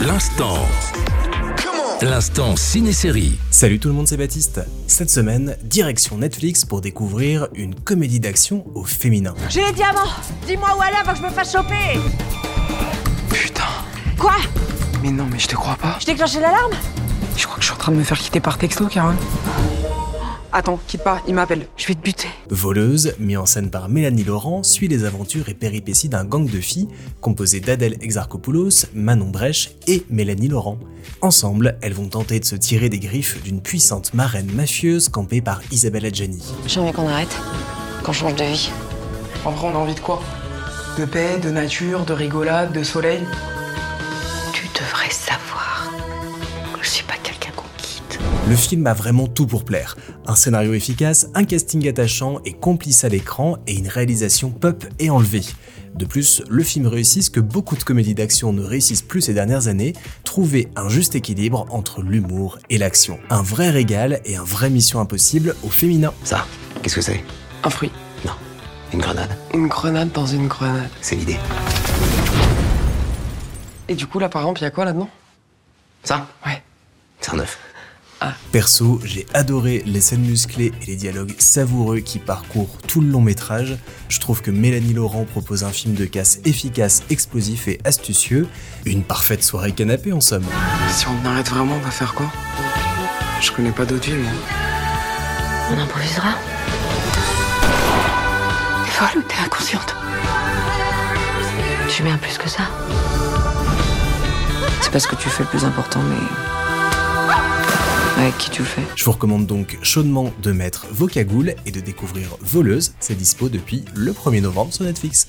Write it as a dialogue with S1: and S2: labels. S1: L'instant. L'instant ciné-série.
S2: Salut tout le monde, c'est Baptiste. Cette semaine, direction Netflix pour découvrir une comédie d'action au féminin.
S3: J'ai les diamants Dis-moi où elle est avant que je me fasse choper
S4: Putain,
S3: Quoi
S4: mais non, mais je te crois pas.
S3: Je déclenché l'alarme
S4: Je crois que je suis en train de me faire quitter par texto, Carole. Attends, quitte pas, il m'appelle. Je vais te buter.
S2: Voleuse, mis en scène par Mélanie Laurent, suit les aventures et péripéties d'un gang de filles composé d'Adèle Exarchopoulos, Manon Brèche et Mélanie Laurent. Ensemble, elles vont tenter de se tirer des griffes d'une puissante marraine mafieuse campée par Isabelle Adjani.
S5: J'aimerais qu'on arrête, qu'on change de vie.
S4: En vrai, on a envie de quoi De paix, de nature, de rigolade, de soleil.
S5: Tu devrais savoir que je suis pas quelqu'un qu'on quitte.
S2: Le film a vraiment tout pour plaire. Un scénario efficace, un casting attachant et complice à l'écran et une réalisation pop et enlevée. De plus, le film réussit ce que beaucoup de comédies d'action ne réussissent plus ces dernières années, trouver un juste équilibre entre l'humour et l'action. Un vrai régal et un vrai mission impossible au féminin.
S6: Ça, qu'est-ce que c'est
S4: Un fruit.
S6: Une grenade
S4: Une grenade dans une grenade.
S6: C'est l'idée.
S4: Et du coup, là, par exemple, il y a quoi là-dedans
S6: Ça
S4: Ouais.
S6: C'est un œuf.
S2: Perso, j'ai adoré les scènes musclées et les dialogues savoureux qui parcourent tout le long métrage. Je trouve que Mélanie Laurent propose un film de casse efficace, explosif et astucieux. Une parfaite soirée canapé en somme.
S4: Si on arrête vraiment, on va faire quoi Je connais pas d'autres villes, moi.
S5: On improvisera. T'es folle ou t'es inconsciente Tu bien plus que ça.
S4: C'est pas ce que tu fais le plus important, mais. Avec qui tu le fais
S2: Je vous recommande donc chaudement de mettre vos cagoules et de découvrir Voleuse, c'est dispo depuis le 1er novembre sur Netflix.